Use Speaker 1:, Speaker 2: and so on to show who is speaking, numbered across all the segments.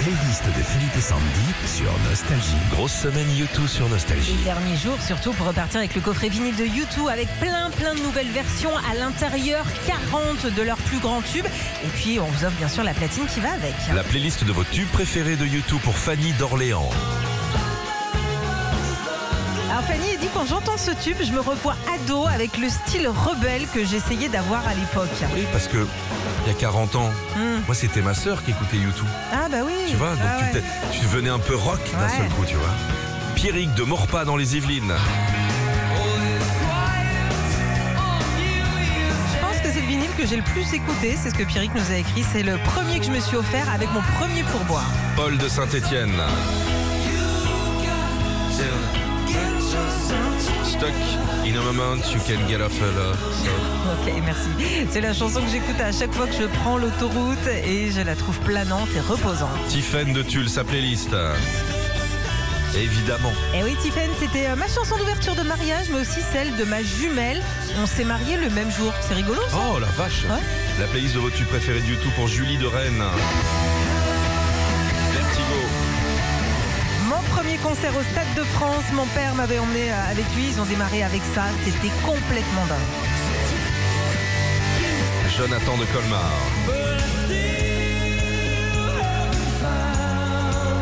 Speaker 1: playlist de Philippe et Sandy sur Nostalgie. Grosse semaine YouTube sur
Speaker 2: Et
Speaker 1: Nostalgie.
Speaker 2: dernier jour, surtout pour repartir avec le coffret vinyle de U2 avec plein plein de nouvelles versions à l'intérieur, 40 de leurs plus grands tubes. Et puis on vous offre bien sûr la platine qui va avec.
Speaker 1: La playlist de vos tubes préférés de YouTube pour Fanny d'Orléans.
Speaker 2: Alors Fanny elle dit quand j'entends ce tube, je me revois ado avec le style rebelle que j'essayais d'avoir à l'époque.
Speaker 1: Oui, parce que il y a 40 ans,
Speaker 2: Hmm.
Speaker 1: moi c'était ma sœur qui écoutait YouTube.
Speaker 2: Ah bah oui.
Speaker 1: Tu vois, donc
Speaker 2: Ah
Speaker 1: tu,
Speaker 2: ouais.
Speaker 1: t'es- tu devenais un peu rock d'un
Speaker 2: Ouais.
Speaker 1: seul coup, tu vois. Pierrick de Morpa dans les Yvelines.
Speaker 2: Je pense que c'est le vinyle que j'ai le plus écouté, c'est ce que Pierrick nous a écrit. C'est le premier que je me suis offert avec mon premier pourboire.
Speaker 1: Paul de Saint-Étienne. Stuck in a moment you can get off a lot.
Speaker 2: Ok, merci. C'est la chanson que j'écoute à chaque fois que je prends l'autoroute et je la trouve planante et reposante.
Speaker 1: Tiffaine de Tulle, sa playlist. Évidemment.
Speaker 2: Et oui, Tiffen, c'était euh, ma chanson d'ouverture de mariage, mais aussi celle de ma jumelle. On s'est mariés le même jour. C'est rigolo, ça
Speaker 1: Oh la vache
Speaker 2: Ouais.
Speaker 1: La playlist de vos tubes préférés du tout pour Julie de Rennes. Vertigo.
Speaker 2: Mon premier concert au Stade de France, mon père m'avait emmené euh, avec lui. Ils ont démarré avec ça. C'était complètement dingue.
Speaker 1: Jonathan de Colmar.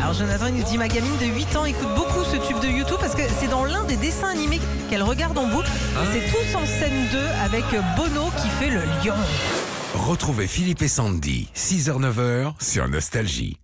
Speaker 2: Alors, Jonathan, il nous dit Ma gamine de 8 ans écoute beaucoup ce tube de YouTube parce que c'est dans l'un des dessins animés qu'elle regarde en boucle. Et C'est tous en scène 2 avec euh, Bono qui fait le lion.
Speaker 3: Retrouvez Philippe et Sandy, 6h-9h sur Nostalgie.